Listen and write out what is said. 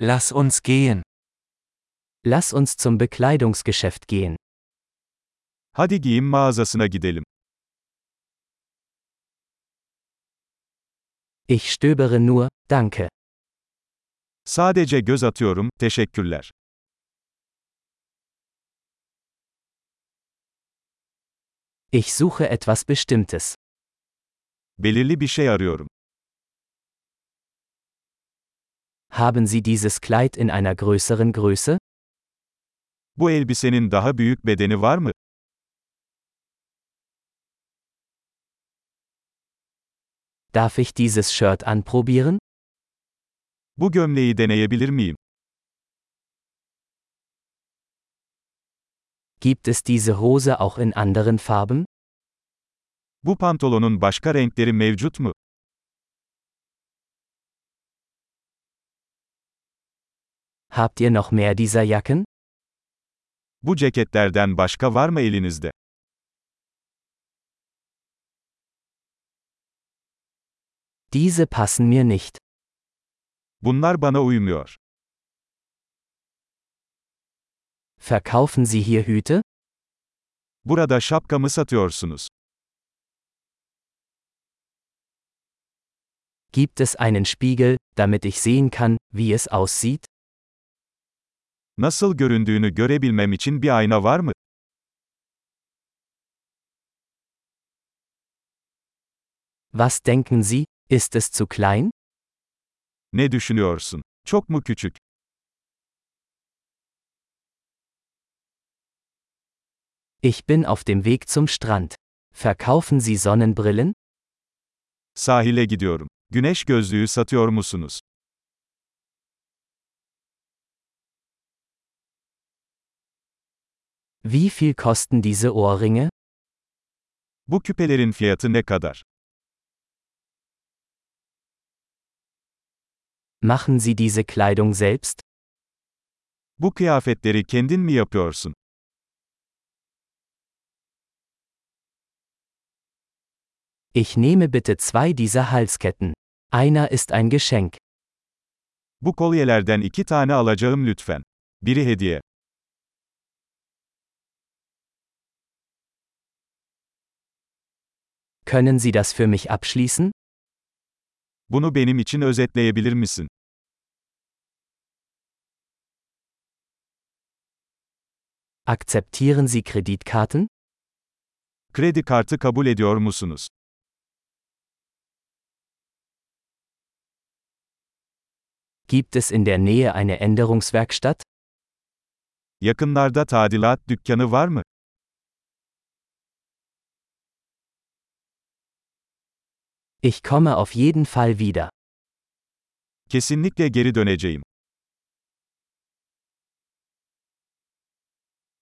Lass uns gehen. Lass uns zum Bekleidungsgeschäft gehen. Hadi giyim mağazasına gidelim. Ich stöbere nur, danke. Sadece göz atıyorum, teşekkürler. Ich suche etwas Bestimmtes. Belirli bir şey arıyorum. Haben Sie dieses Kleid in einer größeren Größe? Bu elbisenin daha büyük bedeni var mı? Darf ich dieses Shirt anprobieren? Bu gömleği deneyebilir miyim? Gibt es diese Hose auch in anderen Farben? Bu pantolonun başka renkleri mevcut mu? Habt ihr noch mehr dieser Jacken? Bu ceketlerden başka var mı elinizde? Diese passen mir nicht. Bunlar bana uymuyor. Verkaufen Sie hier Hüte? Burada şapkamı satıyorsunuz. Gibt es einen Spiegel, damit ich sehen kann, wie es aussieht? Nasıl göründüğünü görebilmem için bir ayna var mı? Was denken Sie, ist es zu klein? Ne düşünüyorsun? Çok mu küçük? Ich bin auf dem Weg zum Strand. Verkaufen Sie Sonnenbrillen? Sahile gidiyorum. Güneş gözlüğü satıyor musunuz? Wie viel kosten diese Ohrringe? Bu küpelerin fiyatı ne kadar? Machen Sie diese Kleidung selbst? Bu kıyafetleri kendin mi yapıyorsun? Ich nehme bitte zwei dieser Halsketten. Einer ist ein Geschenk. Bu kolyelerden iki tane alacağım lütfen. Biri hediye. Können Sie das für mich abschließen? Bunu benim için özetleyebilir misin? Akzeptieren Sie Kreditkarten? Kredi kartı kabul ediyor musunuz? Gibt es in der Nähe eine Änderungswerkstatt? Yakınlarda tadilat dükkanı var mı? Ich komme auf jeden Fall wieder. Kesinlikle geri döneceğim.